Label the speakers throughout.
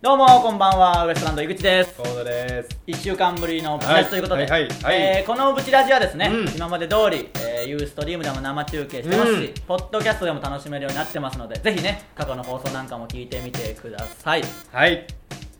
Speaker 1: どうもこんばんはウエストランド井口です
Speaker 2: 河野です
Speaker 1: 1週間ぶりのブチラジということで、
Speaker 2: はいはいはい
Speaker 1: えーこのブチラジはですね、
Speaker 2: うん
Speaker 1: 今まで通り、えー、ユーストリームでも生中継してますし、
Speaker 2: うん
Speaker 1: ポッドキャストでも楽しめるようになってますのでぜひね過去の放送なんかも聞いてみてください
Speaker 2: はい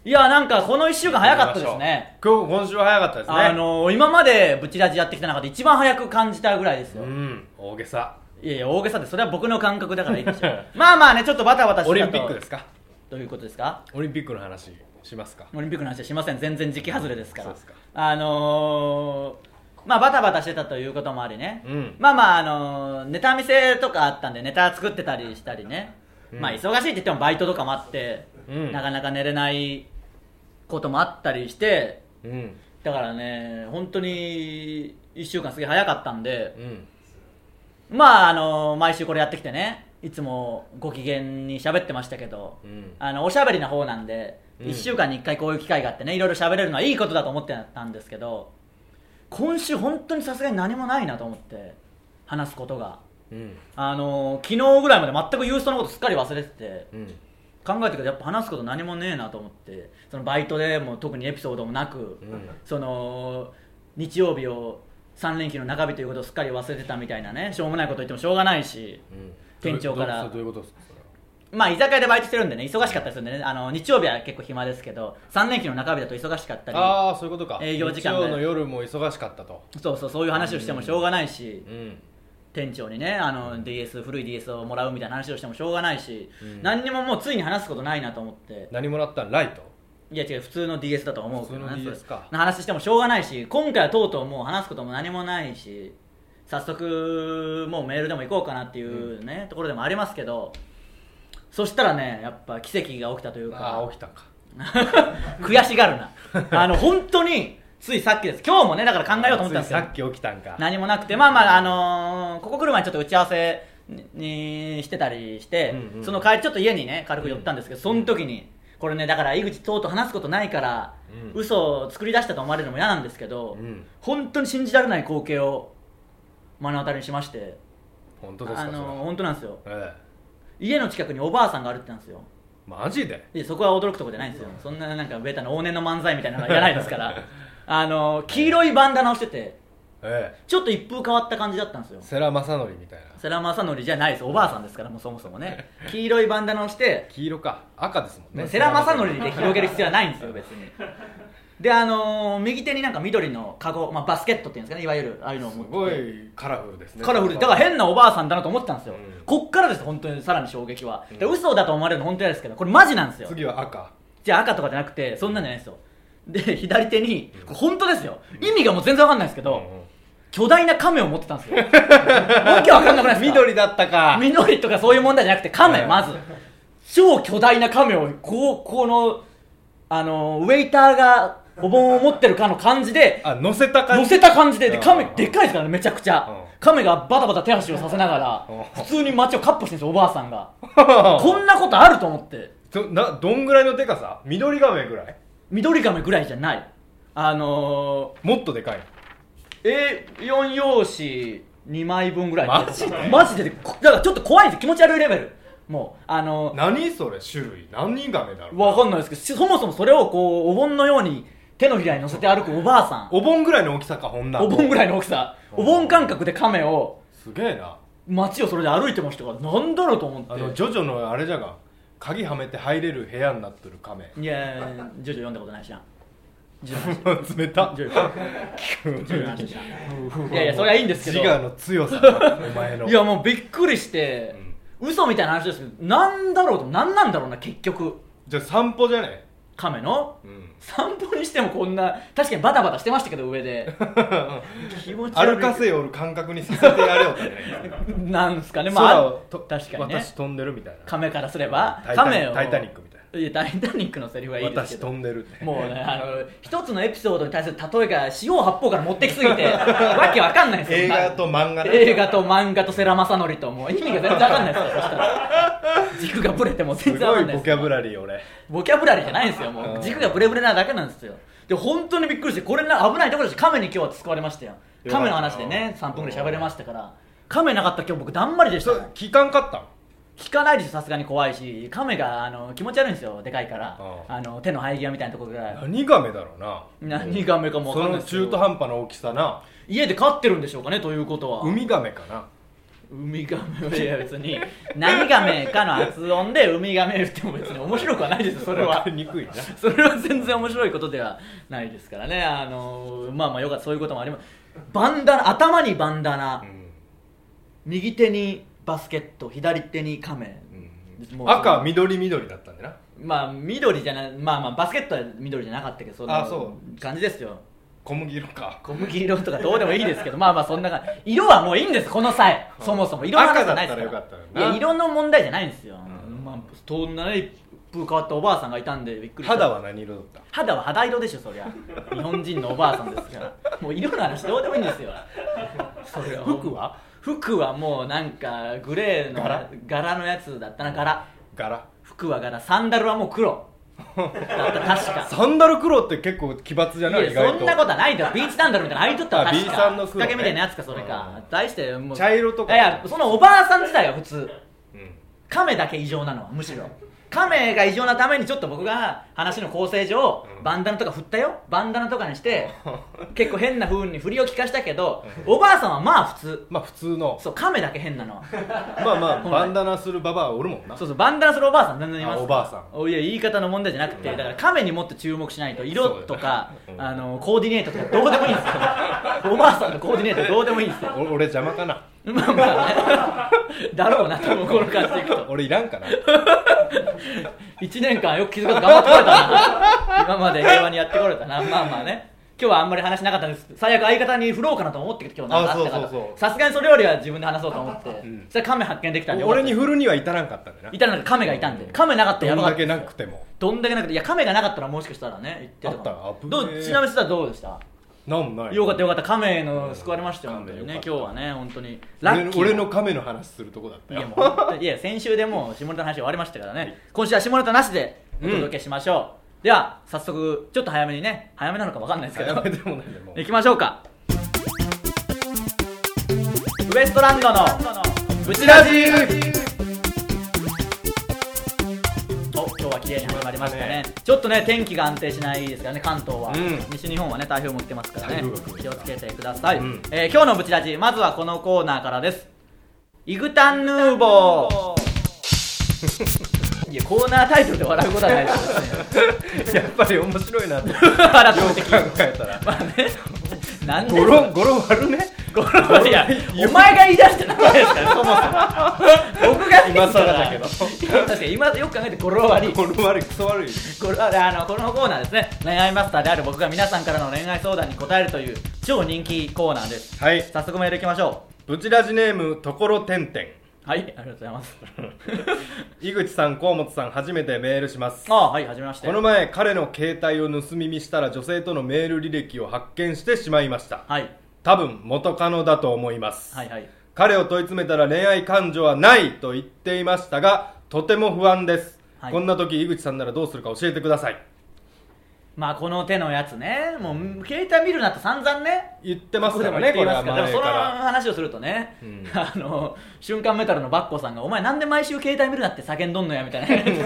Speaker 1: いやなんかこの1週間早かったですね
Speaker 2: 今日今週は早かったですね
Speaker 1: あのー今までブチラジやってきた中で一番早く感じたぐらいですよ、
Speaker 2: うん大げさ
Speaker 1: いやいや大げさでそれは僕の感覚だからいいでしょ うまあまあねちょっとバタバタして
Speaker 2: オ
Speaker 1: た
Speaker 2: リ
Speaker 1: と
Speaker 2: ンピックですか
Speaker 1: どういうことですか
Speaker 2: オリンピックの話しますか
Speaker 1: オリンピックの話はしません全然時期外れですから
Speaker 2: そうですか
Speaker 1: あのーまあバタバタしてたということもありね、
Speaker 2: うん
Speaker 1: まあまああのーネタ見せとかあったんでネタ作ってたりしたりね、
Speaker 2: うん
Speaker 1: まあ忙しいって言ってもバイトとかもあって、
Speaker 2: うん
Speaker 1: なかなか寝れないこともあったりして
Speaker 2: うん
Speaker 1: だからね本当に1週間すげえ早かったんで
Speaker 2: う、ん
Speaker 1: まああのー毎週これやってきてねいつもご機嫌に喋ってましたけど、
Speaker 2: うん
Speaker 1: あのおしゃべりな方なんで、
Speaker 2: うん
Speaker 1: 1週間に1回こういう機会があってねいろいろ喋れるのはいいことだと思ってたんですけど今週本当にさすがに何もないなと思って話すことが
Speaker 2: うん
Speaker 1: あのー昨日ぐらいまで全くユーストのことすっかり忘れてて
Speaker 2: うん
Speaker 1: 考えてけどやっぱ話すこと何もねえなと思ってそのバイトでも特にエピソードもなく、
Speaker 2: うん
Speaker 1: その日曜日を3連休の中日ということをすっかり忘れてたみたいなねしょうもないこと言ってもしょうがないし、店長から
Speaker 2: どうどういうことですかそれは
Speaker 1: まあ居酒屋でバイトしてるんでね忙しかったりするんでねあの日曜日は結構暇ですけど3連休の中日だと忙しかったり
Speaker 2: ああそういうことか
Speaker 1: 営業時間
Speaker 2: 日
Speaker 1: で
Speaker 2: 曜の夜も忙しかったと
Speaker 1: そうそうそういう話をしてもしょうがないし、
Speaker 2: うん
Speaker 1: 店長にねあの DS 古い DS をもらうみたいな話をしてもしょうがないし、
Speaker 2: うん
Speaker 1: 何にももうついに話すことないなと思って
Speaker 2: 何もらったんライト
Speaker 1: いや違う普通の DS だと思うけど
Speaker 2: 普通の
Speaker 1: それ
Speaker 2: DS か
Speaker 1: 話してもしょうがないし今回はとうとうもう話すことも何もないし早速もうメールでも行こうかなっていうね、ところでもありますけどそしたらねやっぱ奇跡が起きたというか
Speaker 2: ああ起きたか
Speaker 1: 悔しが るなあの本当についさっきです今日もねだから考えようと思ったんです
Speaker 2: つい
Speaker 1: よ
Speaker 2: さっき起きたんか
Speaker 1: 何もなくてまあまああのーここ来る前にちょっと打ち合わせににしてたりして、
Speaker 2: うんうん
Speaker 1: その帰りちょっと家にね軽く寄ったんですけど、その時にこれねだから井口とうとう話すことないから、
Speaker 2: うん
Speaker 1: 嘘を作り出したと思われるのも嫌なんですけど、
Speaker 2: うん
Speaker 1: 本当に信じられない光景を目の当たりにしまして
Speaker 2: 本当ですか
Speaker 1: あ
Speaker 2: それ
Speaker 1: のー
Speaker 2: は
Speaker 1: 本当なんですよ
Speaker 2: え
Speaker 1: 家の近くにおばあさんが歩いてたんですよ
Speaker 2: えマジで
Speaker 1: でそこは驚くとこじゃないんですよそんななんかベタな往年の漫才みたいなのはいらないですから あの黄色いバンダナをしてて
Speaker 2: ええ
Speaker 1: ちょっと一風変わった感じだったんですよ
Speaker 2: 世良正則みたいな
Speaker 1: 世良正則じゃないですおばあさんですからもうそもそも ね黄色いバンダナをして
Speaker 2: 黄色か赤ですもんね
Speaker 1: 世良正則で広げる必要はないんですよ別にであのー右手になんか緑のカゴ、まあ、バスケットっていうんですかねいわゆるああいうのを
Speaker 2: す
Speaker 1: 持って
Speaker 2: ごいカラフルですね
Speaker 1: カラフルでだから変なおばあさんだなと思ってたんですよ、
Speaker 2: うん
Speaker 1: こっからです本当にさらに衝撃は、で
Speaker 2: うん
Speaker 1: 嘘だと思われるの本当嫌ですけどこれマジなんですよ
Speaker 2: 次は赤
Speaker 1: じゃあ赤とかじゃなくてそんなんじゃないですよで左手にこれ本当ですよ意味がもう全然わかんないですけど、巨大な亀を持ってたんですよわけわかんなくないですか
Speaker 2: 緑だったか
Speaker 1: 緑とかそういう問題じゃなくて亀、
Speaker 2: うん
Speaker 1: まず超巨大な亀をこうこのあのウェイターがお盆を持ってるかの感じで
Speaker 2: あ乗せた感
Speaker 1: 乗
Speaker 2: じ
Speaker 1: せた感じでで亀
Speaker 2: うん
Speaker 1: でっかいですからねめちゃくちゃ、
Speaker 2: うん
Speaker 1: 亀がバタバタ手足をさせなが
Speaker 2: うん
Speaker 1: ら普通に街をカッポしてるんですよおばあさんがこ
Speaker 2: こ
Speaker 1: んなことあると思って
Speaker 2: どなどんぐらいのでかさ緑亀ぐらい
Speaker 1: 緑亀ぐらいじゃないあの
Speaker 2: もっとでかい
Speaker 1: ー、A4 用紙2枚分ぐらい
Speaker 2: マジで
Speaker 1: マジでこだからちょっと怖いんですよ気持ち悪いレベルもうあのー
Speaker 2: 何それ種類何亀だろう
Speaker 1: わかんないですけどしそもそもそれをこうお盆のように手のひらに乗せて歩くおばあさん
Speaker 2: お盆ぐらいの大きさかほんなら
Speaker 1: お盆ぐらいの大きさお盆感覚で亀を
Speaker 2: すげえな
Speaker 1: 街をそれで歩いてましたからなんだろうと思
Speaker 2: あの
Speaker 1: っ
Speaker 2: ジョジョのあれじゃが鍵はめて入れる部屋になってる亀
Speaker 1: ていやいやジョジョ読んだことないし なジョジョ
Speaker 2: 冷た
Speaker 1: ジョジョ ジョジョの話しないやいやそれはいいんですけど
Speaker 2: 自我の強さだお前の
Speaker 1: いやもうびっくりして、嘘みたいな話ですけどなんだろうとなんなんだろうな結局
Speaker 2: じゃあ散歩じゃね
Speaker 1: 亀の
Speaker 2: え、うん、
Speaker 1: 散歩にしてもこんな確かにバタバタしてましたけど上 で気持ち悪い
Speaker 2: 歩かせよる感覚にさせてやれよってね
Speaker 1: なんですかね、ま
Speaker 2: 空
Speaker 1: あ
Speaker 2: を、と
Speaker 1: 確かにね
Speaker 2: 私飛んでるみたいな
Speaker 1: 亀からすれば
Speaker 2: タイタニ
Speaker 1: 亀を
Speaker 2: タイタニックみたい
Speaker 1: いやタイタニックのセリフはいいです
Speaker 2: 私
Speaker 1: けど
Speaker 2: 飛んでるって
Speaker 1: もうねあの一つのエピソードに対する例えが四方八方から持ってきす ぎてわけわかんないですよ
Speaker 2: 映画と漫画ね
Speaker 1: 映画と漫画と世良正則ともう意味が全然わかんないですよそしたら軸がブレても
Speaker 2: す
Speaker 1: 全然わか
Speaker 2: ごい
Speaker 1: んない
Speaker 2: ボ
Speaker 1: です
Speaker 2: キャブラリー俺
Speaker 1: ボキャブラリーじゃないんですよも
Speaker 2: う
Speaker 1: うん軸がブレブレなだけなんですよで本当にびっくりしてこれな危ないところだし亀に今日は救われましたよ亀の話でね
Speaker 2: よか
Speaker 1: 3
Speaker 2: った
Speaker 1: 分ぐらい喋れましたから亀なかったら今日僕だんまりでした
Speaker 2: そ
Speaker 1: ね
Speaker 2: う聞かんかったん
Speaker 1: 聞引かないでしょさすがに怖いし亀があの気持ち悪いんですよでかいから
Speaker 2: あ
Speaker 1: あの手の生え際みたいなところが
Speaker 2: 何ガメだろうな
Speaker 1: 何ガメかも
Speaker 2: そ
Speaker 1: 分かんな
Speaker 2: の
Speaker 1: いですけど
Speaker 2: 中途半端な大きさな
Speaker 1: 家で飼ってるんでしょうかねということは
Speaker 2: ウミガメかな
Speaker 1: ウミガメはいや別に何ガメかの発音でウミガメ言っても別に面白くはないですよそれ
Speaker 2: わ
Speaker 1: は
Speaker 2: かりにくい な
Speaker 1: それは全然面白いことではないですからねあのまあまあよかったそういうこともありますバンダナ頭にバンダナ、右手にバスケット左手にカメ、
Speaker 2: うん
Speaker 1: もう
Speaker 2: 赤緑緑だったんだな
Speaker 1: まあ緑じゃないまあまあバスケットは緑じゃなかったけどそ
Speaker 2: あ
Speaker 1: の
Speaker 2: そ
Speaker 1: 感じですよ
Speaker 2: 小麦色か
Speaker 1: 小麦色とかどうでもいいですけどまあまあそんな感じ色はもういいんですこの際そもそも色の話じゃないですから
Speaker 2: 赤だったらよかったよない
Speaker 1: や色の問題じゃないんですよ、
Speaker 2: うん
Speaker 1: まあそんなね一風変わったおばあさんがいたんでびっくりした
Speaker 2: 肌は何色だった
Speaker 1: 肌は肌色でしょそりゃ日本人のおばあさんですからもう色の話どうでもいいんですよそれは
Speaker 2: 服は
Speaker 1: 服はもうなんかグレーの
Speaker 2: 柄
Speaker 1: 柄のやつだったな柄
Speaker 2: 柄
Speaker 1: 服は柄サンダルはもう黒だった確か
Speaker 2: サンダル黒って結構奇抜じゃない
Speaker 1: い
Speaker 2: 意
Speaker 1: や
Speaker 2: 外
Speaker 1: そ
Speaker 2: と
Speaker 1: んなことはないだろビーチサンダルみたいなの履いとったわ
Speaker 2: あ
Speaker 1: 確か
Speaker 2: B さんの黒
Speaker 1: き
Speaker 2: ね
Speaker 1: っかけみたいなやつかそれか、
Speaker 2: うん
Speaker 1: 大してもう
Speaker 2: 茶色とか
Speaker 1: いやいやそのおばあさん自体は普通
Speaker 2: うん
Speaker 1: 亀だけ異常なのはむしろ亀が異常なためにちょっと僕が話の構成上、
Speaker 2: うん
Speaker 1: バンダナとか振ったよバンダナとかにして結構変な風に振りを聞かしたけど、おばあさんはまあ普通
Speaker 2: まあ普通の
Speaker 1: そう亀だけ変なの
Speaker 2: まあまあ
Speaker 1: 本来
Speaker 2: バンダナするババアおるもんな
Speaker 1: そうそうバンダナするおばあさん全然います
Speaker 2: あおばあさん
Speaker 1: おいや言い方の問題じゃなくてだから亀にもっと注目しないと色とか、
Speaker 2: そうだよな
Speaker 1: あのコーディネートとかどうでもいいんですよおばあさんのコーディネートどうでもいいんですよ
Speaker 2: お俺邪魔かな
Speaker 1: まあまあねだろうなと思うこの感じでいくと
Speaker 2: 俺いらんかな
Speaker 1: 1年間よく気づかず頑張ってこれたな今まで平和にやってこれたなまあまあね今日はあんまり話しなかったんです最悪相方に振ろうかなと思って今日なんかあったか
Speaker 2: あそうそうそ
Speaker 1: ら
Speaker 2: う
Speaker 1: さすがにそれよりは自分で話そうと思って、
Speaker 2: ん
Speaker 1: それ亀発見できたんでよかっ
Speaker 2: 俺
Speaker 1: た
Speaker 2: に振るには至らんかったんだない
Speaker 1: たらなんか亀がいたんで亀なかったら
Speaker 2: ど
Speaker 1: や
Speaker 2: ん
Speaker 1: ばか
Speaker 2: だ
Speaker 1: ったで
Speaker 2: け
Speaker 1: す
Speaker 2: なくても
Speaker 1: どんだけなくていや亀がなかったらもしかしたらね言ってたかも
Speaker 2: あったら
Speaker 1: ど
Speaker 2: 危ねえ
Speaker 1: うちなみにしたらどうでした
Speaker 2: なんもない
Speaker 1: よかったよかった亀の救われましたよ
Speaker 2: うん
Speaker 1: 本当にね今日
Speaker 2: 亀よかった
Speaker 1: はね本当にラ
Speaker 2: 俺
Speaker 1: ッ
Speaker 2: の
Speaker 1: キー
Speaker 2: 俺の亀の話するとこだった
Speaker 1: いや
Speaker 2: よ
Speaker 1: もう本当にいや先週でもう下ネタの話終わりましたからね、今週は下ネタなしでお届けしましょう、では早速ちょっと早めにね早めなのか分かんないですけど
Speaker 2: やめてもないでもう
Speaker 1: 行きましょうかウエストランドのブチラジお今日は綺麗に始まりましたね
Speaker 2: ね
Speaker 1: ちょっとね天気が安定しないですからね関東は、
Speaker 2: うん
Speaker 1: 西日本はね台風も来てますからね
Speaker 2: 台風が来る
Speaker 1: 気をつけてください、
Speaker 2: うん
Speaker 1: えー今日のブチラジまずはこのコーナーからですイグタンヌーボ ーいやコーナータイトルで笑うことはないですよね
Speaker 2: やっぱり面白いなとよ
Speaker 1: 笑って
Speaker 2: う
Speaker 1: も
Speaker 2: 考
Speaker 1: 的
Speaker 2: えたら
Speaker 1: まあねなんで
Speaker 2: ゴロンゴロン割るね
Speaker 1: ゴロいやお前が言い出してなかったですからそもそも僕が言い出したから
Speaker 2: 今
Speaker 1: 確かに今よく考えてゴロ悪い
Speaker 2: ゴロン割るクソ悪い
Speaker 1: これあのこのコーナーですね恋愛マスターである僕が皆さんからの恋愛相談に答えるという超人気コーナーです
Speaker 2: はい
Speaker 1: 早速メールいきましょ
Speaker 2: ブチラジネームところてんてん
Speaker 1: うはいありがとうございます
Speaker 2: 井口さん河本さん初めてメールします
Speaker 1: ああはいはじめまして
Speaker 2: この前彼の携帯を盗み見したら女性とのメール履歴を発見してしまいました
Speaker 1: はい
Speaker 2: 多分元カノだと思います、
Speaker 1: はいはい
Speaker 2: 彼を問い詰めたら恋愛感情はないと言っていましたがとても不安です、
Speaker 1: はい
Speaker 2: こんな時井口さんならどうするか教えてください
Speaker 1: まあこの手のやつねもう携帯見るなと散々ね
Speaker 2: 言ってます
Speaker 1: で
Speaker 2: か
Speaker 1: も言っ
Speaker 2: らね
Speaker 1: て
Speaker 2: こ
Speaker 1: い
Speaker 2: れ
Speaker 1: ま
Speaker 2: は
Speaker 1: すからで
Speaker 2: 前
Speaker 1: もそ
Speaker 2: か
Speaker 1: の
Speaker 2: ら
Speaker 1: 話をするとね、
Speaker 2: うん
Speaker 1: あの瞬間メタルのバッコさんが「お前なんで毎週携帯見るなって叫んどんのや」みたいなやつさんで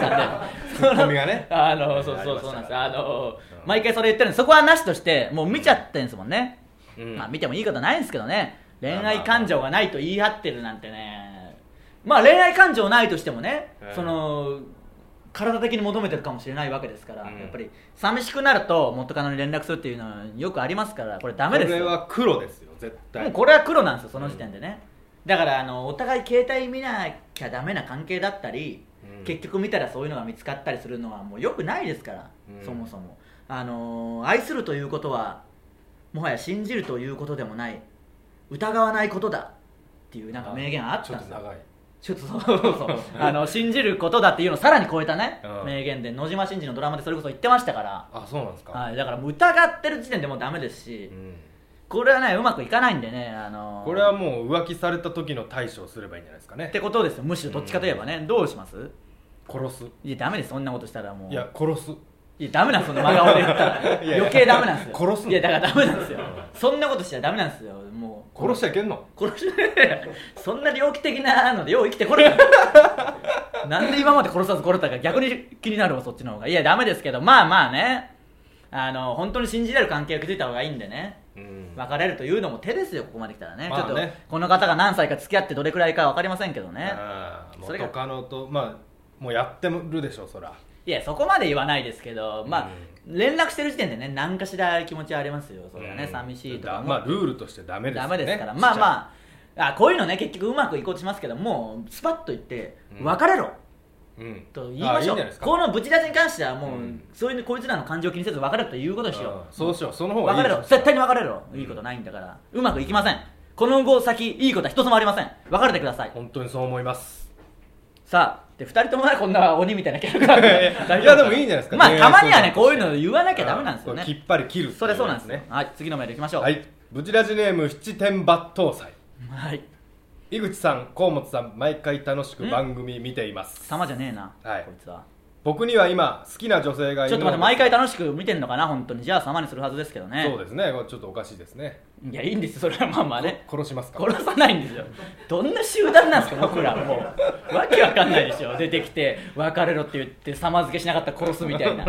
Speaker 2: ツッコミがね
Speaker 1: あのそう
Speaker 2: あり
Speaker 1: そ
Speaker 2: ま
Speaker 1: う
Speaker 2: した
Speaker 1: そうなんです
Speaker 2: から
Speaker 1: あの、
Speaker 2: うん
Speaker 1: 毎回それ言ってるんでそこはなしとしてもう見ちゃってんですもんね、
Speaker 2: うん
Speaker 1: まあ見てもいいことないんですけどね恋愛感情がないと言い張ってるなんてねまあ恋愛感情ないとしてもね、
Speaker 2: うん
Speaker 1: その体的に求めてるかもしれないわけですから、
Speaker 2: うん
Speaker 1: やっぱり寂しくなると元カノに連絡するっていうのはよくありますからこれダメです
Speaker 2: こ
Speaker 1: よ
Speaker 2: れは黒ですよ絶
Speaker 1: もう
Speaker 2: 対
Speaker 1: これは黒なんですよその時点でね、だからあのお互い携帯見なきゃダメな関係だったり、
Speaker 2: うん
Speaker 1: 結局見たらそういうのが見つかったりするのはもう良くないですから、
Speaker 2: うん
Speaker 1: そもそもあのー愛するということはもはや信じるということでもない疑わないことだっていうなんか名言あったん
Speaker 2: ちょ
Speaker 1: で
Speaker 2: っと
Speaker 1: すよ
Speaker 2: 長い
Speaker 1: ちょっとそうそう そうあの信じることだっていうのをさらに超えたね、
Speaker 2: うん
Speaker 1: 名言で野島伸二のドラマでそれこそ言ってましたから、
Speaker 2: あそうなんですか、
Speaker 1: はい、だからもう疑ってる時点でもうダメですし、
Speaker 2: うん
Speaker 1: これはねうまくいかないんでね、あのー
Speaker 2: これはもう浮気された時の対処をすればいいんじゃないですかね
Speaker 1: ってことですよむしろどっちかといえばね、どうします
Speaker 2: 殺す
Speaker 1: いやダメですそんなことしたらもう
Speaker 2: いや殺す
Speaker 1: いやダメなんですよその真顔で言ったら
Speaker 2: いやいや
Speaker 1: 余計ダメなんですよ
Speaker 2: 殺すの
Speaker 1: いやだからダメなんですよそんなことしちゃダメなんですよもう
Speaker 2: 殺しちゃいけんの
Speaker 1: 殺し そんな猟奇的なのでよう生きてこれ たなんで今まで殺さず来れたか逆に気になるわそっちの方がいやダメですけどまあまあねあの本当に信じれる関係を築いた方がいいんでね
Speaker 2: うん
Speaker 1: 別れるというのも手ですよここまで来たらね,、
Speaker 2: まあね
Speaker 1: ちょっとこの方が何歳か付き合ってどれくらいか分かりませんけどね
Speaker 2: ああ
Speaker 1: それが
Speaker 2: 元カノとまあもうやってるでしょそら
Speaker 1: いやそこまで言わないですけどまあ、連絡してる時点でね何かしら気持ちはありますよそれはね、
Speaker 2: うん
Speaker 1: 寂しいと
Speaker 2: だ
Speaker 1: かも
Speaker 2: まあルールとしてダメです
Speaker 1: ダ
Speaker 2: よ
Speaker 1: メ
Speaker 2: ね
Speaker 1: ですから、まあまああこういうのね結局うまくいこうとしますけどもうスパッと言って別れろ、
Speaker 2: あうん
Speaker 1: と言いましょう
Speaker 2: あいいんじゃないですか
Speaker 1: このブチラジに関してはもう、
Speaker 2: うん
Speaker 1: そういうこいつらの感情を気にせず別れるということをしよ
Speaker 2: ああ
Speaker 1: う
Speaker 2: そうしようその方がいい
Speaker 1: 別れろ絶対に別れろ、
Speaker 2: うん
Speaker 1: いいことないんだからうまくいきませんこの後先いいことは一つもありません別れてください
Speaker 2: 本当にそう思い ます
Speaker 1: さあで2人ともねこんな鬼みたいなキャラが
Speaker 2: いやでもいいんじゃないですか
Speaker 1: まあ
Speaker 2: 恋愛
Speaker 1: たまにはね
Speaker 2: 相談として
Speaker 1: こういうの言わなきゃダメなんですよ
Speaker 2: ああこれ
Speaker 1: ね
Speaker 2: きっぱり切るってい
Speaker 1: それそうなんです
Speaker 2: やつ
Speaker 1: ねはい次のメールいきましょう
Speaker 2: はいブチラジネーム七点抜刀斎
Speaker 1: はい
Speaker 2: 井口さん河本さん毎回楽しく番組見ています
Speaker 1: 様じゃねえな、
Speaker 2: はい
Speaker 1: こいつは
Speaker 2: 僕には今好きな女性がい
Speaker 1: ちょっ
Speaker 2: る
Speaker 1: と待って毎回楽しく見てんのかな本当にじゃあ様にするはずですけどね
Speaker 2: そうですねこれちょっとおかしいですね
Speaker 1: いやいいんですよそれはまあまあね
Speaker 2: 殺しますか
Speaker 1: 殺さないんですよどんな集団なんですか僕らもうわけわかんないでしょ出てきて別れろって言って様付けしなかったら殺すみたいな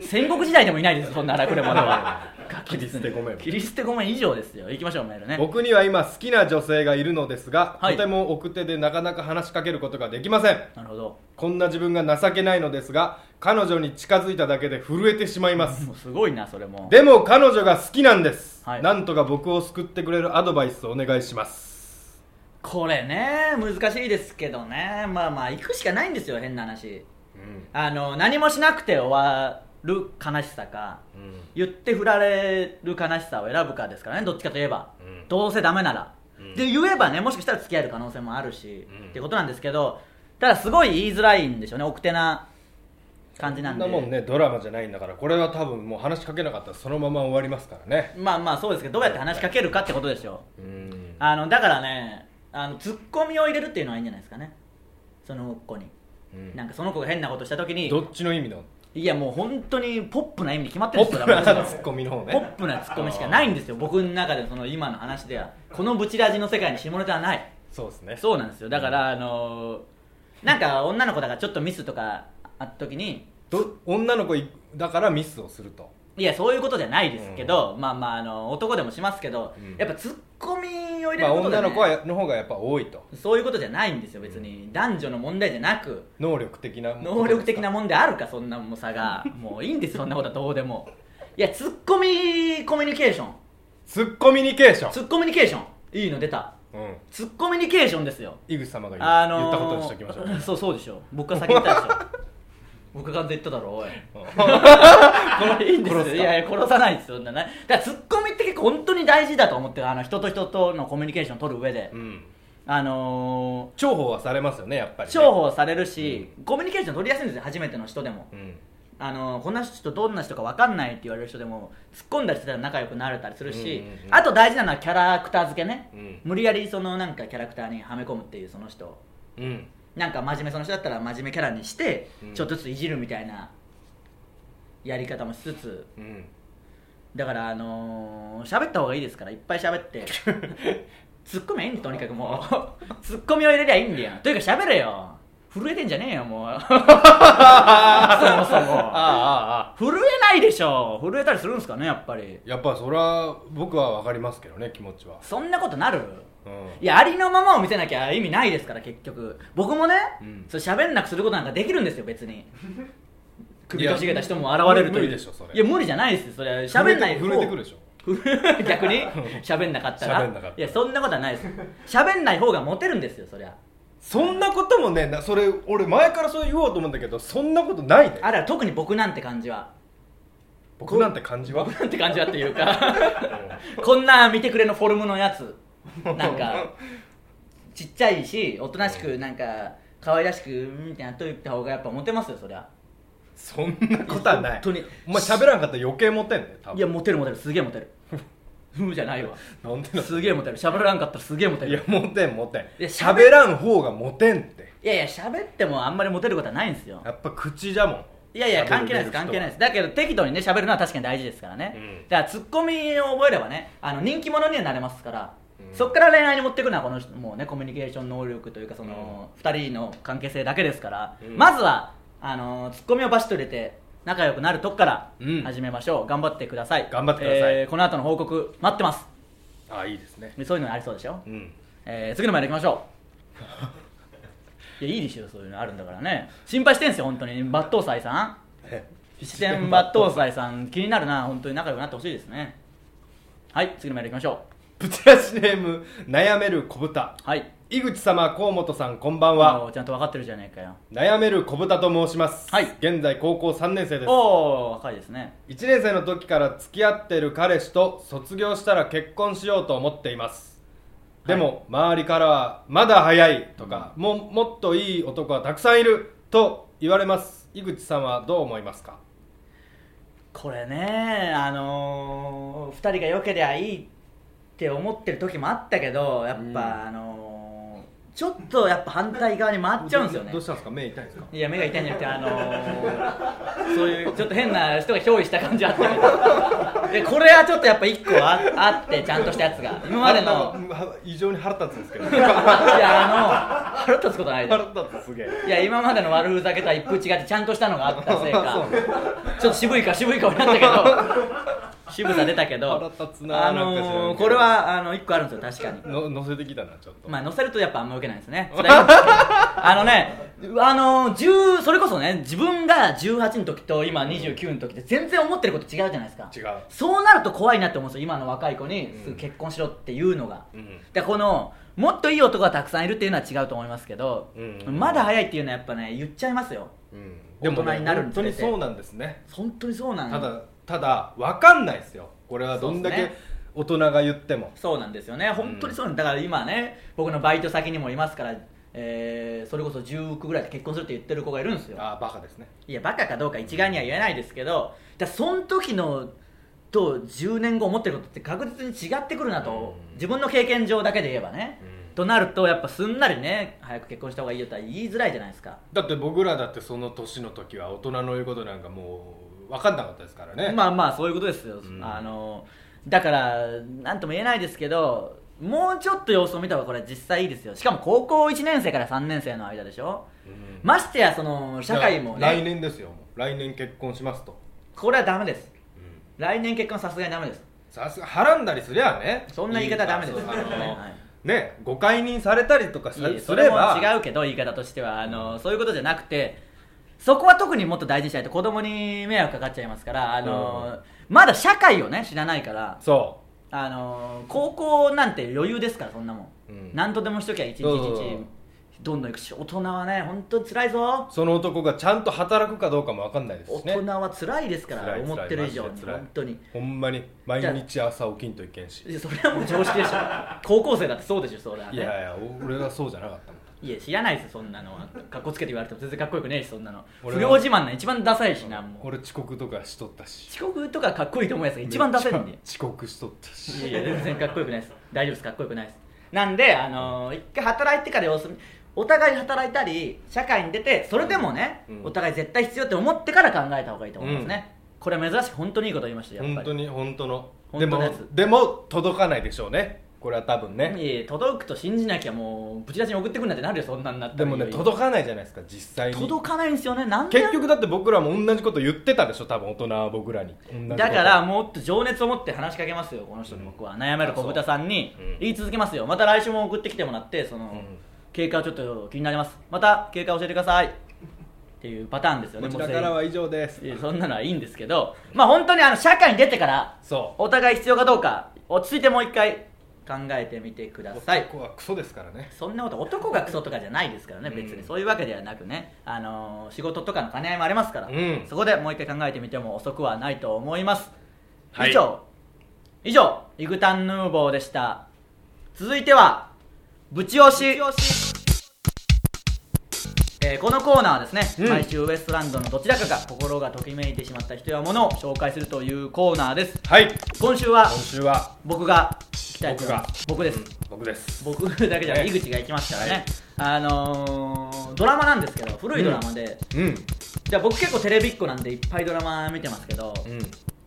Speaker 1: 戦国時代でもいないですよそんな荒くれ者は
Speaker 2: 切り捨てごめん
Speaker 1: 切り捨てごめん以上ですよ行きましょうメールね
Speaker 2: 僕には今好きな女性がいるのですが、
Speaker 1: はい
Speaker 2: とても奥手でなかなか話しかけることができません
Speaker 1: なるほど
Speaker 2: こんな自分が情けないのですが彼女に近づいただけで震えてしまいます
Speaker 1: もうすごいなそれも
Speaker 2: でも彼女が好きなんです、
Speaker 1: はい
Speaker 2: なんとか僕を救ってくれるアドバイスをお願いします
Speaker 1: これね難しいですけどねまあまあ行くしかないんですよ変な話あの何もしなくて終わる悲しさか言って振られる悲しさを選ぶかですからねどっちかといえば、
Speaker 2: うん
Speaker 1: どうせダメなら、
Speaker 2: うん
Speaker 1: で言えばねもしかしたら付き合える可能性もあるし、
Speaker 2: うん
Speaker 1: ってことなんですけどただすごい言いづらいんでしょうね奥手な感じなんで
Speaker 2: こんなもんねドラマじゃないんだからこれは多分もう話しかけなかったらそのまま終わりますからね
Speaker 1: まあまあそうですけどどうやって話しかけるかってことでしょうあのだからねあのツッコミを入れるっていうのはいいんじゃないですかねその子に、
Speaker 2: うん
Speaker 1: なんかその子が変なことした時に
Speaker 2: どっちの意味の
Speaker 1: いやもう本当にポップな意味に決まって
Speaker 2: ポ
Speaker 1: るんですよ
Speaker 2: ップな
Speaker 1: 私の
Speaker 2: ツッコミの方ね
Speaker 1: ポップなツッコミしかないんですよ僕の中でその今の話ではこのブチラジの世界に下ネタはない
Speaker 2: そうですね
Speaker 1: そうなんですよだから、あのーなんか女の子だからちょっとミスとかあった時に
Speaker 2: ど女の子いだからミスをすると
Speaker 1: いやそういうことじゃないですけど、まあまああの男でもしますけど、
Speaker 2: うん
Speaker 1: やっぱツッコミを入れる
Speaker 2: まあ、
Speaker 1: ことで、ね
Speaker 2: 女の子はの方がやっぱ多いと
Speaker 1: そういうことじゃないんですよ別に、男女の問題じゃなく
Speaker 2: 能力的な
Speaker 1: 能力的な
Speaker 2: も
Speaker 1: もんであるかそんな重さ がもういいんですそんなことはどうでもいやツッコミコミュニケーション
Speaker 2: ツッコミュニケーション
Speaker 1: ツッコミュニケーションいいの出た
Speaker 2: うん
Speaker 1: ツッコミュニケーションですよ
Speaker 2: 井口様が言,、
Speaker 1: あのー、
Speaker 2: 言ったことにしておきましょう
Speaker 1: そうそうでしょ僕が先言ったでしょ 僕が完全に言っただろおいいいんですよ
Speaker 2: 殺すか
Speaker 1: いやいや殺さないですよそんなねだからツッコミって結構本当に大事だと思ってるあの人と人とのコミュニケーション取る上で、
Speaker 2: うん
Speaker 1: あの
Speaker 2: 重宝はされますよねやっぱ
Speaker 1: ー
Speaker 2: りね、
Speaker 1: 重宝されるし、コミュニケーション取りやすいんですよ初めての人でも、
Speaker 2: うん
Speaker 1: あのーこんな人どんな人か分かんないって言われる人でも突っ込んだりしてたら仲良くなれたりするし、
Speaker 2: うんうんうん
Speaker 1: あと大事なのはキャラクター付けね、
Speaker 2: うん
Speaker 1: 無理やりそのなんかキャラクターにはめ込むっていうその人を
Speaker 2: うん
Speaker 1: なんか真面目その人だったら真面目キャラにして、
Speaker 2: うん
Speaker 1: ちょっとずついじるみたいなやり方もしつつ
Speaker 2: うん
Speaker 1: だからあのー喋った方がいいですからいっぱい喋って ツッコミはいいんだとにかくもうツッコミを入れりゃいいんだよというか喋れよ震えてんじゃねえよもう そもそ
Speaker 2: あ
Speaker 1: も
Speaker 2: あああ
Speaker 1: 震えないでしょ震えたりするんですかねやっぱり
Speaker 2: やっぱそれは僕は分かりますけどね気持ちは
Speaker 1: そんなことなる
Speaker 2: うん
Speaker 1: いやありのままを見せなきゃ意味ないですから結局僕もね、
Speaker 2: うん
Speaker 1: そう喋んなくすることなんかできるんですよ別 に首かしげた人も現れるという
Speaker 2: 無理でしょそれ
Speaker 1: いや無理じゃないですよそれは喋んない
Speaker 2: 震えてくるでしょ
Speaker 1: ょ 逆 に喋んなかったら
Speaker 2: 喋んなかった
Speaker 1: いやそんなことはないです喋んない方がモテるんですよそりゃ
Speaker 2: そんなこともねなそれ俺前からそう言おうと思うんだけどそんなことないね
Speaker 1: あれは特に僕なんて感じは
Speaker 2: 僕なんて感じは
Speaker 1: 僕なんて感じはっていう かこんな見てくれのフォルムのやつなん かちっちゃいしおとなしくなんか可愛らしくみたいなと言った方がやっぱモテますよそりゃ
Speaker 2: そんなことはない
Speaker 1: 本当に
Speaker 2: お前喋らんかったら余計モテんね多分
Speaker 1: いやモテるモテるすげえモテるふうじゃない わ
Speaker 2: なんでだ
Speaker 1: すげえモテる喋らんかったらすげえモテ
Speaker 2: い
Speaker 1: る
Speaker 2: やモテんモテん
Speaker 1: や
Speaker 2: 喋らん方がモテんって
Speaker 1: いやいや喋ってもあんまりモテることはないんですよ
Speaker 2: やっぱ口じゃもん
Speaker 1: いやいや関係ないです関係ないですだけど適度にね喋るのは確かに大事ですからね、だからツッコミを覚えればねあの人気者にはなれますから
Speaker 2: うん
Speaker 1: そっから恋愛に持っていくのはこの人もうねコミュニケーション能力というかその、二人の関係性だけですから、
Speaker 2: うん
Speaker 1: まずはあのツッコミをバシッと入れて仲良くなるとこから
Speaker 2: うん
Speaker 1: 始めましょう、頑張ってください
Speaker 2: 頑張ってください
Speaker 1: えーこの後の報告待ってます
Speaker 2: あいいですね
Speaker 1: そういうのありそうでしょ、
Speaker 2: うん
Speaker 1: えー次の前で行きましょ ういやいいでしょそういうのあるんだからね心配してんすよ本当に抜刀斎さん七点抜刀斎さん気になるな本当に仲良くなってほしいですねはい次のメール行きましょ
Speaker 2: プチラシネーム悩める小豚
Speaker 1: うはい
Speaker 2: 井口様河本さんこんばん
Speaker 1: あ
Speaker 2: は
Speaker 1: ーちゃんと分かってるじゃないかよ
Speaker 2: 悩める小豚と申します、
Speaker 1: はい
Speaker 2: 現在高校3年生です
Speaker 1: おお若いですね
Speaker 2: 1年生の時から付き合ってる彼氏と卒業したら結婚しようと思っていますでも、周りからはまだ早いとか、ももっといい男はたくさんいると言われます井口さんはどう思いますか
Speaker 1: これねあのー、2人が良けりゃいいって思ってる時もあったけどやっぱ、
Speaker 2: うん
Speaker 1: あのー、ちょっとやっぱ反対側に回っちゃうんですよね
Speaker 2: どうしたんですか目痛いんですか
Speaker 1: いや目が痛いんじゃなくてあのー、そういうちょっと変な人が憑依した感じあったけどでこれはちょっとやっぱ1個ああってちゃんとしたやつが今までの
Speaker 2: なんか異常に腹立つんですけど
Speaker 1: いやあの腹立つことないです
Speaker 2: 腹立つすげえ
Speaker 1: いや今までの悪ふざけとは一風違ってちゃんとしたのがあったせいか
Speaker 2: そうね
Speaker 1: ちょっと渋いか渋い顔になったけど渋さ出たけど
Speaker 2: 腹立つな
Speaker 1: あ
Speaker 2: なんか知らん
Speaker 1: の
Speaker 2: け
Speaker 1: ー、
Speaker 2: ど
Speaker 1: これはあの1個あるんですよ確かに
Speaker 2: の乗せてきたなちょっと、
Speaker 1: まあ載せるとやっぱあんま受けないですねそれはあのねあのー、10それこそね自分が18の時と今29の時って全然思ってること違うじゃないですか
Speaker 2: 違う
Speaker 1: そうなると怖いなって思うんですよ今の若い子にすぐ結婚しろっていうのが、
Speaker 2: うん
Speaker 1: でこのもっといい男がたくさんいるっていうのは違うと思いますけど、
Speaker 2: うんうん
Speaker 1: まだ早いっていうのはやっぱね言っちゃいますよ
Speaker 2: うん
Speaker 1: 大人になるに
Speaker 2: 本
Speaker 1: つ
Speaker 2: 当
Speaker 1: れ
Speaker 2: に
Speaker 1: て
Speaker 2: そうなんですね
Speaker 1: 本当にそうなん
Speaker 2: ただただ分かんないですよこれはどんだ
Speaker 1: そう
Speaker 2: け
Speaker 1: ですね
Speaker 2: 大人が言っても
Speaker 1: そうなんですよね本当にそうなんだから今ね僕のバイト先にもいますから、えーそれこそ10億ぐらいで結婚するって言ってる子がいるんですよ
Speaker 2: ああバカですね
Speaker 1: いやバカかどうか一概には言えないですけどだからその時のと10年後思ってることって確実に違ってくるなと、
Speaker 2: うん
Speaker 1: 自分の経験上だけで言えばね、
Speaker 2: うん
Speaker 1: となるとやっぱすんなりね早く結婚した方がいいよとは言いづらいじゃないですか
Speaker 2: だって僕らだってその年の時は大人の言うことなんかもう分かんなかったですからね、
Speaker 1: まあまあそういうことですよ、
Speaker 2: うん
Speaker 1: あのだから何とも言えないですけどもうちょっと様子を見た方がこれ実際いいですよしかも高校1年生から3年生の間でしょ
Speaker 2: うん
Speaker 1: ましてやその社会も
Speaker 2: だから来
Speaker 1: ね
Speaker 2: 年ですよもう来年結婚しますと
Speaker 1: これはダメです
Speaker 2: うん
Speaker 1: 来年結婚はさすがにダメです
Speaker 2: さすがはらんだりすりゃあね
Speaker 1: そんな言い方はダメです
Speaker 2: いいあの
Speaker 1: はい
Speaker 2: ね誤解人されたりとかさ
Speaker 1: いい
Speaker 2: す
Speaker 1: それ
Speaker 2: れ
Speaker 1: も
Speaker 2: ば
Speaker 1: 違うけど言い方としてはあのそういうことじゃなくてそこは特にもっと大事にしないと子供に迷惑かかっちゃいますからあの、まだ社会をね知らないから
Speaker 2: そ
Speaker 1: あのー高校なんて余裕ですからそんなもん、
Speaker 2: うん
Speaker 1: 何とでもしときゃ一日一
Speaker 2: そうそうそう
Speaker 1: 日どんどんいくし大人はね本当辛いぞ
Speaker 2: うその男がちゃんと働くかどうかも分かんないですしね
Speaker 1: 大人は辛いですから、
Speaker 2: 辛い
Speaker 1: 思ってる以上
Speaker 2: マ
Speaker 1: に
Speaker 2: ジで辛い
Speaker 1: 本当に
Speaker 2: ほんまに毎日朝起きんといけんし
Speaker 1: いやそれはもう常識でし ょ高校生だってそうでしょそれはね
Speaker 2: いやいや俺はそうじゃなかったもん
Speaker 1: いや知らないですそんなのはかっこつけて言われても全然かっこよくねえしそんなの
Speaker 2: 俺は
Speaker 1: 不良自慢な一番ダサいしなもう
Speaker 2: 俺遅刻とかしとったし
Speaker 1: 遅刻とかかっこいいと思うやつが一番ダサいんで
Speaker 2: 遅刻しとったし
Speaker 1: いやいや 全然かっこよくないです大丈夫ですかっこよくないですなんで、あのー一回働いてから様子見お互い働いたり社会に出てそれでもね、
Speaker 2: うん
Speaker 1: お互い絶対必要って思ってから考えた方がいいと思いますね、これは珍しく本当にいいこと言いましたよやっぱ
Speaker 2: 本
Speaker 1: り
Speaker 2: 当に本当の
Speaker 1: 本当のやつ
Speaker 2: でもでも届かないでしょうねこれは多分ね
Speaker 1: いやいや届くと信じなきゃもうぶち出しに送ってくるなんてなるよそんなんなったら
Speaker 2: でもね届かないじゃないですか実際に
Speaker 1: 届かないんですよねなんで
Speaker 2: 結局だって僕らも同じこと言ってたでしょ多分大人は僕らに同じこと
Speaker 1: だからもっと情熱を持って話しかけますよこの人に僕は、悩める小豚さんに
Speaker 2: うん
Speaker 1: 言い続けますよまた来週も送ってきてもらってその、
Speaker 2: ん
Speaker 1: 経過をちょっと気になりますまた経過教えてくださいっていうパターンですよね
Speaker 2: こち
Speaker 1: も
Speaker 2: ら
Speaker 1: うせ
Speaker 2: からは以上です
Speaker 1: いやそんなのはいいんですけどまあ本当にあの社会に出てから
Speaker 2: そう
Speaker 1: お互い必要かどうか落ち着いてもう一回考えてみてください
Speaker 2: 男はクソですからね
Speaker 1: そんなこと男がクソとかじゃないですからね
Speaker 2: うん
Speaker 1: 別にそういうわけではなくね、あのー仕事とかの兼ね合いもありますから、
Speaker 2: うん
Speaker 1: そこでもう一回考えてみても遅くはないと思います、
Speaker 2: はい
Speaker 1: 以上以上イグタンヌーボーでした続いてはぶち押しえーこのコーナーはですね、
Speaker 2: うん
Speaker 1: 毎週ウエストランドのどちらかが心がときめいてしまった人やものを紹介するというコーナーです
Speaker 2: はい
Speaker 1: 今週は
Speaker 2: 今週は
Speaker 1: 僕が聞きたいと思います僕です、
Speaker 2: うん僕です
Speaker 1: 僕だけじゃなくて井口が行きますからね、あのードラマなんですけど古いドラマで、
Speaker 2: うん
Speaker 1: じゃあ僕結構テレビっ子なんでいっぱいドラマ見てますけど、
Speaker 2: うん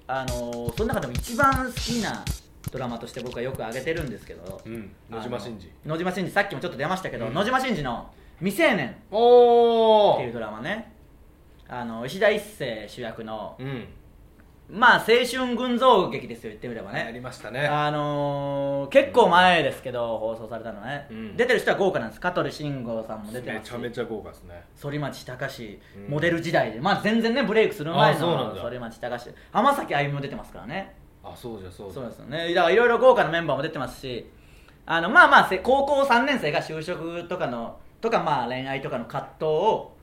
Speaker 1: あのーその中でも一番好きなドラマとして僕はよく挙げてるんですけど、
Speaker 2: うん野島真司
Speaker 1: あの野島真司さっきもちょっと出ましたけど、
Speaker 2: うん
Speaker 1: 野島真司の「未成年」
Speaker 2: お
Speaker 1: っ
Speaker 2: お
Speaker 1: ていうドラマねあの石田一生主役の
Speaker 2: うん
Speaker 1: まあ青春群像劇ですよ言ってみれば
Speaker 2: や
Speaker 1: ね
Speaker 2: りましたね
Speaker 1: あのー結構前ですけど放送されたのね、
Speaker 2: うん
Speaker 1: 出てる人は豪華なんです香取慎吾さんも出て
Speaker 2: め
Speaker 1: ますし
Speaker 2: ちゃめちゃ豪華ですね
Speaker 1: 反町隆史
Speaker 2: うん
Speaker 1: モデル時代で、まあ全然ねブレイクする前
Speaker 2: あそうな
Speaker 1: の
Speaker 2: んだ
Speaker 1: 反町隆史浜崎あゆみも出てますからね
Speaker 2: あそうじゃそうじゃ
Speaker 1: そうですよねだからいろいろ豪華なメンバーも出てますしあのまあまあせ高校3年生が就職とかのとかまあ恋愛とかの葛藤を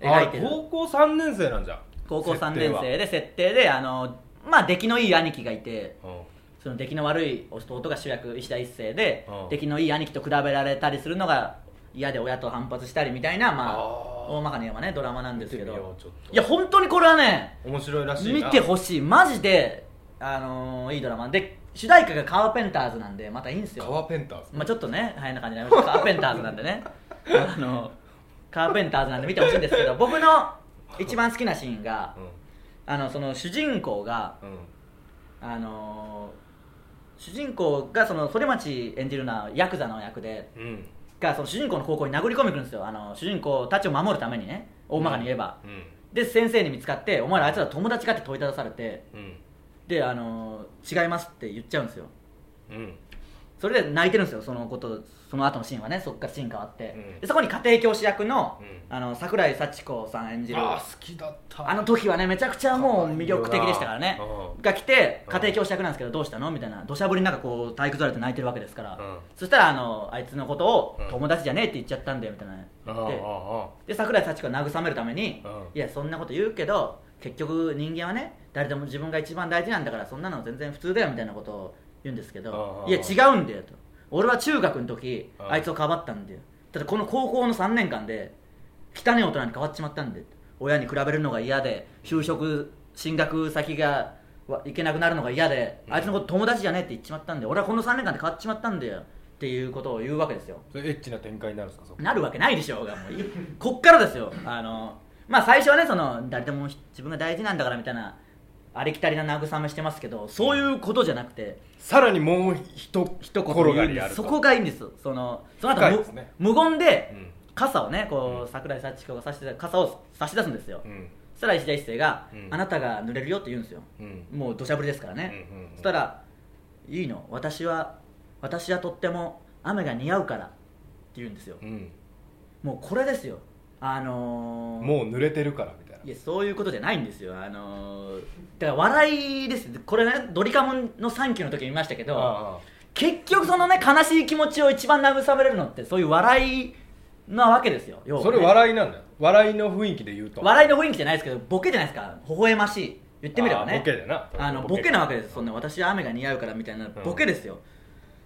Speaker 2: うん、
Speaker 1: 描い
Speaker 2: あ
Speaker 1: てる
Speaker 2: 高校3年生なんじゃ
Speaker 1: 高校3年生
Speaker 2: 設
Speaker 1: で設定であのまあ出来のいい兄貴がいて
Speaker 2: 定は
Speaker 1: その出来の悪い弟が主役石田一生で
Speaker 2: うん
Speaker 1: 出来のいい兄貴と比べられたりするのが嫌で親と反発したりみたいなま
Speaker 2: あ
Speaker 1: あ
Speaker 2: ー
Speaker 1: 大まかに言えばねドラマな
Speaker 2: うんん
Speaker 1: ですけ
Speaker 2: 見てみよ
Speaker 1: ど
Speaker 2: うちょっと
Speaker 1: いや本当にこれはね
Speaker 2: 面白いらしい
Speaker 1: 見
Speaker 2: な
Speaker 1: てほしいマジで、あのーいいドラマで主題歌がカーペンターズなんでまたいいんです
Speaker 2: カ
Speaker 1: よ、
Speaker 2: ワペンターズ
Speaker 1: まあ、ちょっとね早いな感じになりましたカーペンターズなんで ねあのカーペンターズなんで見てほしいんですけど僕の一番好きなシーンがあのその主人公が、
Speaker 2: うんうん
Speaker 1: あのー主人公がその反町演じるのはヤクザの役で
Speaker 2: うん
Speaker 1: がその主人公の高校に殴り込みに来るんですよあの主人公たちを守るためにね大まかに言えば、
Speaker 2: うん
Speaker 1: で先生に見つかって「お前らあいつら友達か?」って問いただされて
Speaker 2: うん
Speaker 1: で、あのー違いますって言っちゃうんですよ
Speaker 2: うん
Speaker 1: それで泣いてるんですよそのことその後のシーンはねそっからシーン変わって、
Speaker 2: うん
Speaker 1: でそこに家庭教師役の,、
Speaker 2: う
Speaker 1: あの桜井幸子さん演じる
Speaker 2: あー好きだった
Speaker 1: あの時はねめちゃくちゃもう魅力的でしたからね
Speaker 2: うん
Speaker 1: が来て
Speaker 2: うん
Speaker 1: 家庭教師役なんですけどどうしたのみたいな土砂降りの中こう体育座りで泣いてるわけですから、
Speaker 2: うん
Speaker 1: そしたらあのあいつのことを
Speaker 2: うん
Speaker 1: 友達じゃねえって言っちゃったんだよみたいな
Speaker 2: あ
Speaker 1: 言って
Speaker 2: あ
Speaker 1: で桜井幸子を慰めるために、
Speaker 2: うん
Speaker 1: いやそんなこと言うけど結局人間はね誰でも自分が一番大事なんだからそんなの全然普通だよみたいなことを言うんですけど、
Speaker 2: うん
Speaker 1: いや違うんだよと俺は中学の時、
Speaker 2: うん
Speaker 1: あいつをかばったんだよただこの高校の3年間で汚い大人に変わっちまったんで親に比べるのが嫌で就職進学先がわ行けなくなるのが嫌で、
Speaker 2: うん
Speaker 1: あいつのこと友達じゃねえって言っちまったんで俺はこの3年間で変わっちまったんだよっていうことを言うわけですよ
Speaker 2: それエッチな展開になるんですかそこ
Speaker 1: なるわけないでしょうがもういこっからですよあのまあ最初はねその誰でも自分が大事なんだからみたいなありきたりな慰めしてますけどそういうことじゃなくて
Speaker 2: さらにもう一
Speaker 1: 一言
Speaker 2: 転
Speaker 1: 言
Speaker 2: が
Speaker 1: うん
Speaker 2: りあ
Speaker 1: で
Speaker 2: る
Speaker 1: す
Speaker 2: と
Speaker 1: そこがいいんですそのその後
Speaker 2: 深い
Speaker 1: む
Speaker 2: ですね
Speaker 1: 無言で
Speaker 2: うん
Speaker 1: 傘をねこ
Speaker 2: うん
Speaker 1: う桜井幸子が差し出傘を差し出すんですよ
Speaker 2: うん
Speaker 1: そしたら石田一生が、
Speaker 2: うん
Speaker 1: あなたが濡れるよ」って言うんですよ
Speaker 2: うん
Speaker 1: もう土砂降りですからね、
Speaker 2: うんうんうん
Speaker 1: そしたら「いいの私は私はとっても雨が似合うから」って言うんですよ
Speaker 2: うん
Speaker 1: もうこれですよあのー、
Speaker 2: もう濡れてるからみたいない
Speaker 1: やそういうことじゃないんですよあのー、だから笑いですよこれねドリカムの「サンキュー」の時見ましたけど
Speaker 2: ああ
Speaker 1: 結局そのね悲しい気持ちを一番慰めれるのってそういう笑いなわけですよ要はね
Speaker 2: それ笑いなんだよ笑いの雰囲気で言うと
Speaker 1: 笑いの雰囲気じゃないですけどボケじゃないですか微笑ましい言ってみれば
Speaker 2: あ
Speaker 1: ね
Speaker 2: ーボケだな
Speaker 1: あのボケなわけですそんな私は雨が似合うからみたいな
Speaker 2: うん
Speaker 1: ボケですよ、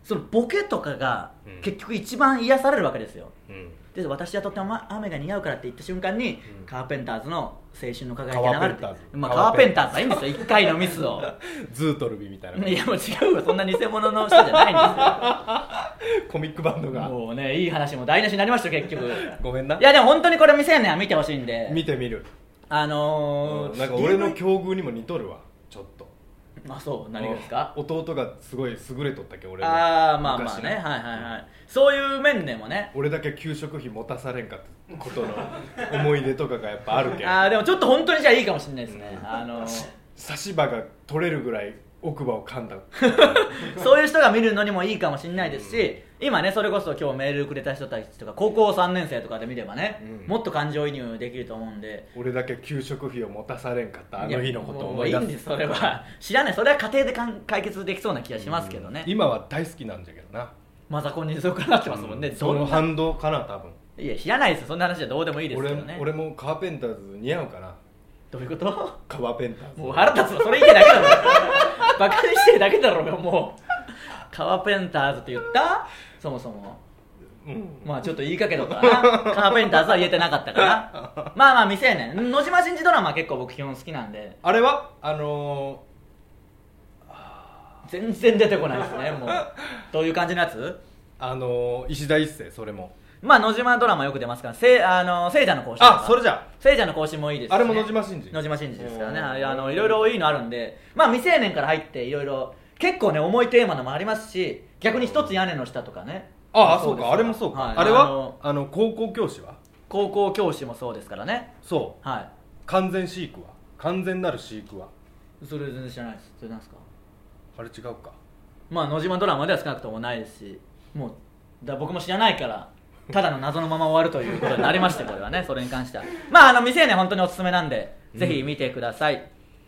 Speaker 1: そのボケとかが
Speaker 2: うん
Speaker 1: 結局一番癒されるわけですよ、
Speaker 2: うん
Speaker 1: で私はとっても雨が似合うからって言った瞬間に、
Speaker 2: うん
Speaker 1: カーペンターズの青春の輝きが流れて
Speaker 2: カーペンターズ
Speaker 1: まあ、カーペンターズはいいんですよ一回のミスを
Speaker 2: ズートルビみたいない
Speaker 1: やもう違うわそんな偽物の人じゃない
Speaker 2: コミックバンド
Speaker 1: んですよ
Speaker 2: が
Speaker 1: もうねいい話も台無しになりましたよ結局
Speaker 2: ごめんない
Speaker 1: やでも本当にこれ未成年は見てほしいんで
Speaker 2: 見てみる
Speaker 1: あのー
Speaker 2: うんなんか俺の
Speaker 1: DV
Speaker 2: 境遇にも似とるわちょっと
Speaker 1: あそう何がですか
Speaker 2: うん弟がすごい優れとったっけ俺の
Speaker 1: ああまあまあ
Speaker 2: 昔の
Speaker 1: ねはいはいはいそういう面でもね
Speaker 2: 俺だけ給食費持たされんかったことの 思い出とかがやっぱあるけん
Speaker 1: あーでもちょっと本当にじゃあいいかもしれないですね、
Speaker 2: うん
Speaker 1: あのー
Speaker 2: 差し歯が取れるぐらい奥歯を噛 んだ
Speaker 1: そういう人が見るのにもいいかもしれないですし、今ねそれこそ今日メールくれた人たちとか高校3年生とかで見ればね、
Speaker 2: うん
Speaker 1: もっと感情移入できると思うんで
Speaker 2: 俺だけ給食費を持たされんかったあの日のことを思い
Speaker 1: や
Speaker 2: 出
Speaker 1: もうい
Speaker 2: す
Speaker 1: いんですそれは知らないそれは家庭でかん解決できそうな気がしますけどね、
Speaker 2: うん今は大好きなんじゃけどな
Speaker 1: マザコンにそこからなってますもんね、
Speaker 2: うん
Speaker 1: ど
Speaker 2: そ
Speaker 1: ん
Speaker 2: の
Speaker 1: な
Speaker 2: 反動かな多分
Speaker 1: いや知らないですよそんな話はどうでもいいですけどね
Speaker 2: 俺俺もカーペンターズ似合うかな
Speaker 1: どういうこと
Speaker 2: カーペンターズ
Speaker 1: もう腹立つわそれ言ってだけだろバカにしてるだけだろよもうカワペンターズって言ったそもそも
Speaker 2: うん
Speaker 1: まあちょっと言いかけとったかなカーペンターズは言えてなかったからまあまあ未成年野島真司ドラマは結構僕基本好きなんで
Speaker 2: あれはあの
Speaker 1: 全然出てこないですねもうどういう感じのやつ
Speaker 2: ー、あのー、石田一世それも
Speaker 1: まあ野島ドラマよく出ますからせあの聖者の更新
Speaker 2: あそれじゃ
Speaker 1: 聖者の更新もいいですしね
Speaker 2: あれも野島真司
Speaker 1: 野島真司ですからね
Speaker 2: うん
Speaker 1: ああのいろいろいいのあるんでまあ未成年から入っていろいろ結構ね重いテーマのもありますし逆に一つ屋根の下とかね
Speaker 2: ああそう
Speaker 1: です
Speaker 2: かあれもそうか、
Speaker 1: はい
Speaker 2: あれ
Speaker 1: あ
Speaker 2: は
Speaker 1: の
Speaker 2: あの高校教師は
Speaker 1: 高校教師もそうですからね
Speaker 2: そ
Speaker 1: は
Speaker 2: う完全飼育は完全なる飼育はい
Speaker 1: それ全然知らないですそれなんですか
Speaker 2: あれ違うか
Speaker 1: まあ野島ドラマでは少なくともないですしもうだ僕も知らないからただの謎のまま終わるということになりましたこれは ねそれに関してはまああの未成年本当におすすめなんで、ぜひ見てください、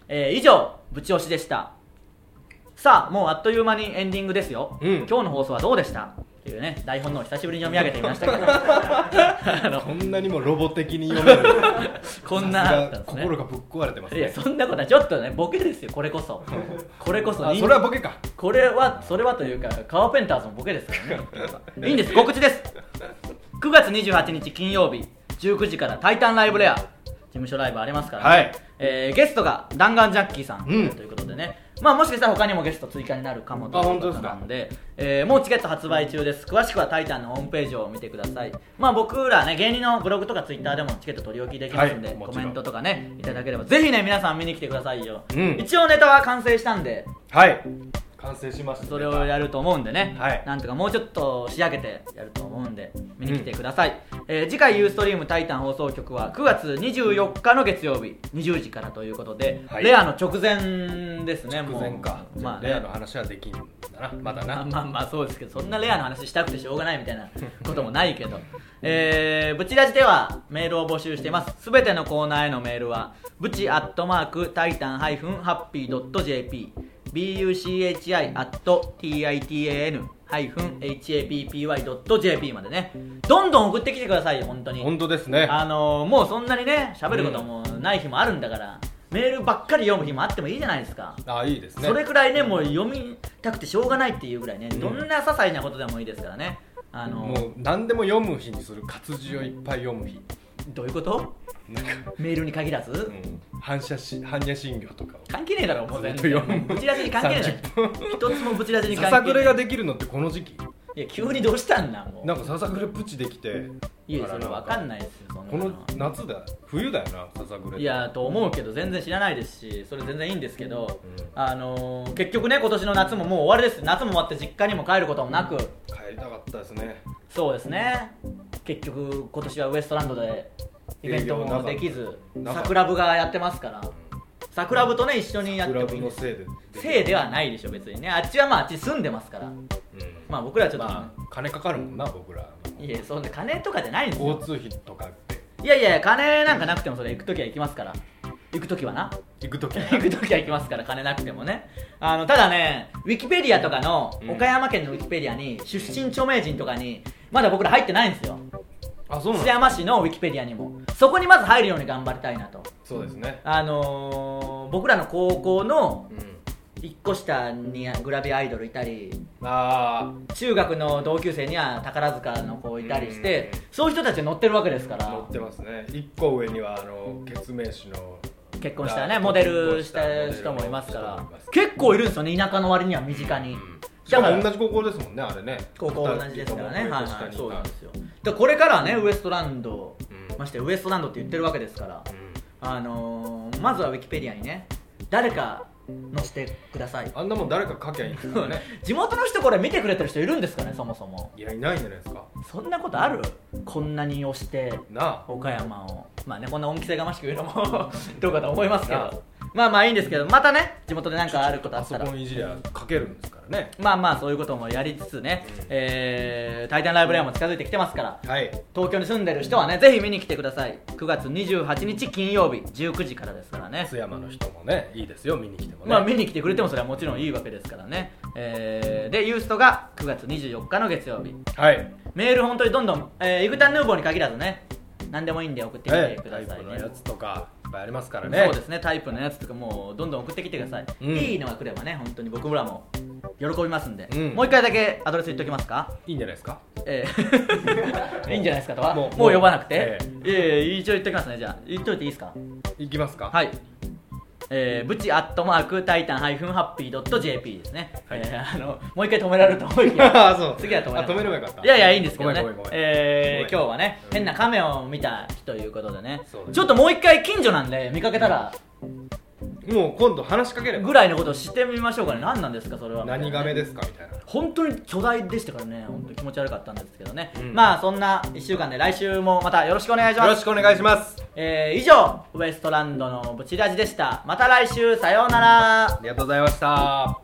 Speaker 1: えー以上ぶち押しでしたさあもうあっという間にエンディングですよ、
Speaker 2: うん
Speaker 1: 今日の放送はどうでしたっていうね台本のを久しぶりに読み上げてみました けどあの
Speaker 2: こんなにもロボ的に読める
Speaker 1: こんなだったんですね
Speaker 2: 心がぶっ壊れてます
Speaker 1: い
Speaker 2: ね
Speaker 1: やそんなことはちょっとねボケですよこれこそこれこそ
Speaker 2: あそれはボケか
Speaker 1: これはそれはというかカーペンターズのボケですからねいいんです告知です9月28日金曜日19時から「タイタンライブレア」事務所ライブありますから、ね
Speaker 2: はい
Speaker 1: えーゲストが弾丸ジャッキーさん、
Speaker 2: うん
Speaker 1: ということでねまあもしかしたら他にもゲスト追加になるかもと
Speaker 2: あ
Speaker 1: い
Speaker 2: 本
Speaker 1: う
Speaker 2: 当
Speaker 1: こ
Speaker 2: です
Speaker 1: と
Speaker 2: か
Speaker 1: なんでえーもうチケット発売中です詳しくは「タイタン」のホームページを見てくださいまあ僕らね芸人のブログとかツイッターでもチケット取り置きできますんで、
Speaker 2: はいもちろ
Speaker 1: コ
Speaker 2: ん
Speaker 1: メントとかねいただければぜひね皆さん見に来てくださいよ、
Speaker 2: うん
Speaker 1: 一応ネタは完成したんで
Speaker 2: はい完成しました
Speaker 1: それをやると思うんでね、
Speaker 2: はい
Speaker 1: なんとかもうちょっと仕上げてやると思うんで見に来てください、えー次回「ユーストリームタイタン放送局は9月24日の月曜日20時からということで、
Speaker 2: はい
Speaker 1: レアの直前ですねも
Speaker 2: 直
Speaker 1: う
Speaker 2: 前か、
Speaker 1: まあね
Speaker 2: レアの話はできんだなまだ
Speaker 1: まあ
Speaker 2: な、
Speaker 1: まあまあそうですけどそんなレアの話したくてしょうがないみたいなこともないけど えー、ブチラジではメールを募集していますすべてのコーナーへのメールはブチアットマークタイタンハイフンハッピードット JP buchi アット titan ハイフン happy ドット JP までねどんどん送ってきてくださいよ本当に
Speaker 2: 本当ですね
Speaker 1: あのーもうそんなにね喋ることもない日もあるんだから、メールばっかり読む日もあってもいいじゃないですか
Speaker 2: あいいですね
Speaker 1: それくらいねもう読みたくてしょうがないっていうぐらいね、
Speaker 2: ん
Speaker 1: どんな些細なことでもいいですからねあの
Speaker 2: もう何でも読む日にする活字をいっぱい読む日
Speaker 1: どういうこと
Speaker 2: なんか、
Speaker 1: メールに限らず、
Speaker 2: うん、反射し般若心経とかを
Speaker 1: 関係ねえだろもう全
Speaker 2: ずっと読
Speaker 1: 然
Speaker 2: む
Speaker 1: ぶち出しに関係ねえだろ一つもぶち出しに
Speaker 2: さ
Speaker 1: 関係
Speaker 2: さく
Speaker 1: ね
Speaker 2: れ
Speaker 1: え
Speaker 2: ができるのってこの時期
Speaker 1: いや急にどうしたんなもう
Speaker 2: なんかささくれプチできて
Speaker 1: いやそれ
Speaker 2: わ
Speaker 1: 分かん
Speaker 2: い
Speaker 1: ないですよそんな
Speaker 2: この
Speaker 1: の
Speaker 2: 夏だ冬だよなささくれ
Speaker 1: いやと思うけど全然知らないですしそれ全然いいんですけど、
Speaker 2: うん
Speaker 1: あのー結局ね今年の夏ももう終わりです夏も終わって実家にも帰ることもなく、
Speaker 2: 帰りたかったですね
Speaker 1: そうですね結局今年はウエストランドでイベントもできず
Speaker 2: 営業なかった
Speaker 1: 桜部がやってますから桜部とね一緒にやっ
Speaker 2: ク
Speaker 1: て
Speaker 2: ラ
Speaker 1: もい
Speaker 2: ブ
Speaker 1: いんで
Speaker 2: の
Speaker 1: す
Speaker 2: せいで
Speaker 1: せいではないでしょ別にねあっちはまああっち住んでますから
Speaker 2: うん
Speaker 1: まあ僕らはちょっと、
Speaker 2: まあ金かかるもんな僕ら
Speaker 1: いやそんな金とかじゃないんです
Speaker 2: 交
Speaker 1: よ
Speaker 2: 通費とかって
Speaker 1: いやいや金なんかなくてもそれ行く時は行きますから行く時はな
Speaker 2: 行く時
Speaker 1: 行く時は行きますから金なくてもねあのただねウィキペディアとかの、
Speaker 2: うん
Speaker 1: 岡山県のウィキペディアに出身著名人とかにまだ僕ら入ってないんですよ
Speaker 2: あそうなん
Speaker 1: 津
Speaker 2: だ
Speaker 1: 山市のウィキペディアにもそこにまず入るように頑張りたいなと
Speaker 2: そうですね
Speaker 1: あのー僕らの高校の
Speaker 2: うん
Speaker 1: 1個下にグラビアアイドルいたり
Speaker 2: あ
Speaker 1: 中学の同級生には宝塚の子いたりして
Speaker 2: うん
Speaker 1: そういう人たちが乗ってるわけですか
Speaker 2: あ乗
Speaker 1: ら
Speaker 2: ってますね一個上にはあの結名詞の
Speaker 1: 結婚したねモデルした人もいますから結構いるんですよね田舎の割には身近に
Speaker 2: しかも
Speaker 1: だ
Speaker 2: 同
Speaker 1: から
Speaker 2: じ高校ですもんねあれね
Speaker 1: 高校同じですからねはい、
Speaker 2: 二人
Speaker 1: はい、
Speaker 2: と
Speaker 1: そ
Speaker 2: も
Speaker 1: う
Speaker 2: 上
Speaker 1: なん
Speaker 2: と
Speaker 1: で
Speaker 2: 下
Speaker 1: すよでこれからはねウエストランド
Speaker 2: うん
Speaker 1: ましてウエストランドって言ってるわけですから
Speaker 2: うん
Speaker 1: あのー、まずはウィキペディアにね誰か載せてください
Speaker 2: あんなもん誰か書きゃいいんですからね
Speaker 1: 地元の人これ見てくれてる人いるんですかねそもそも
Speaker 2: いやいないんじゃないですか
Speaker 1: そんなことあるこんなに押して
Speaker 2: なあ
Speaker 1: 岡山をまあねこんな恩着せがましく言うのも どうかと思いますけどまあまあいいんですけどまたね地元で何かあることあ
Speaker 2: パ
Speaker 1: っ
Speaker 2: ソ
Speaker 1: たら
Speaker 2: コンいじりゃ書けるんですからね
Speaker 1: まあまあそういうこともやりつつね
Speaker 2: うん
Speaker 1: 「えー、タイタンライブレア」も近づいてきてますから
Speaker 2: はい
Speaker 1: 東京に住んでる人はねぜひ見に来てください9月28日金曜日19時からですからね
Speaker 2: 津山の人もねいいですよ見に来てもね
Speaker 1: まあ見に来てくれてもそれはもちろんいいわけですからね、えーでユーストが9月24日の月曜日
Speaker 2: はい
Speaker 1: メール本当にどんどん、えー、イグタンヌーボーに限らずね何でもいいんで送ってきてくださ
Speaker 2: ええタイ
Speaker 1: い
Speaker 2: プの
Speaker 1: ね、
Speaker 2: やつとかいっぱいありますからね
Speaker 1: そうですねタイプのやつとかもうどんどん送ってきてください、
Speaker 2: うん
Speaker 1: いいのが来ればね本当に僕らも喜びますんで、
Speaker 2: うん
Speaker 1: もう一回だけアドレス言っときますか
Speaker 2: いいんじゃないですか
Speaker 1: えーいいんじゃないですかとはも
Speaker 2: も
Speaker 1: う
Speaker 2: う
Speaker 1: 呼ばなくて
Speaker 2: え、
Speaker 1: ええ一応言っときますねじゃあ言っといていいですか
Speaker 2: いきますか
Speaker 1: はい。えー、ブチアットマークタイタンハイフンハッピードット JP ですね、
Speaker 2: はい
Speaker 1: えーあのもう一回止められると思いきや
Speaker 2: あそう
Speaker 1: 次は止めら
Speaker 2: あ止めればよかった
Speaker 1: いやいやいいんですけどね
Speaker 2: ごめんごめんごめん
Speaker 1: えー
Speaker 2: ごめん
Speaker 1: 今日はね、
Speaker 2: うん
Speaker 1: 変なカメを見た日ということでね
Speaker 2: そうです
Speaker 1: ちょっともう一回近所なんで見かけたら
Speaker 2: もう今度話しかければ
Speaker 1: ぐらいのことをしてみましょうかね何なんですかそれは
Speaker 2: 何がめですかみたいな
Speaker 1: 本当に巨大でしたからね本当に気持ち悪かったんですけどね、
Speaker 2: うん
Speaker 1: まあそんな1週間で来週もまたよろしくお願いします
Speaker 2: よろしくお願いします
Speaker 1: えー以上ウエストランドのブチラジでしたまた来週さようなら
Speaker 2: ありがとうございました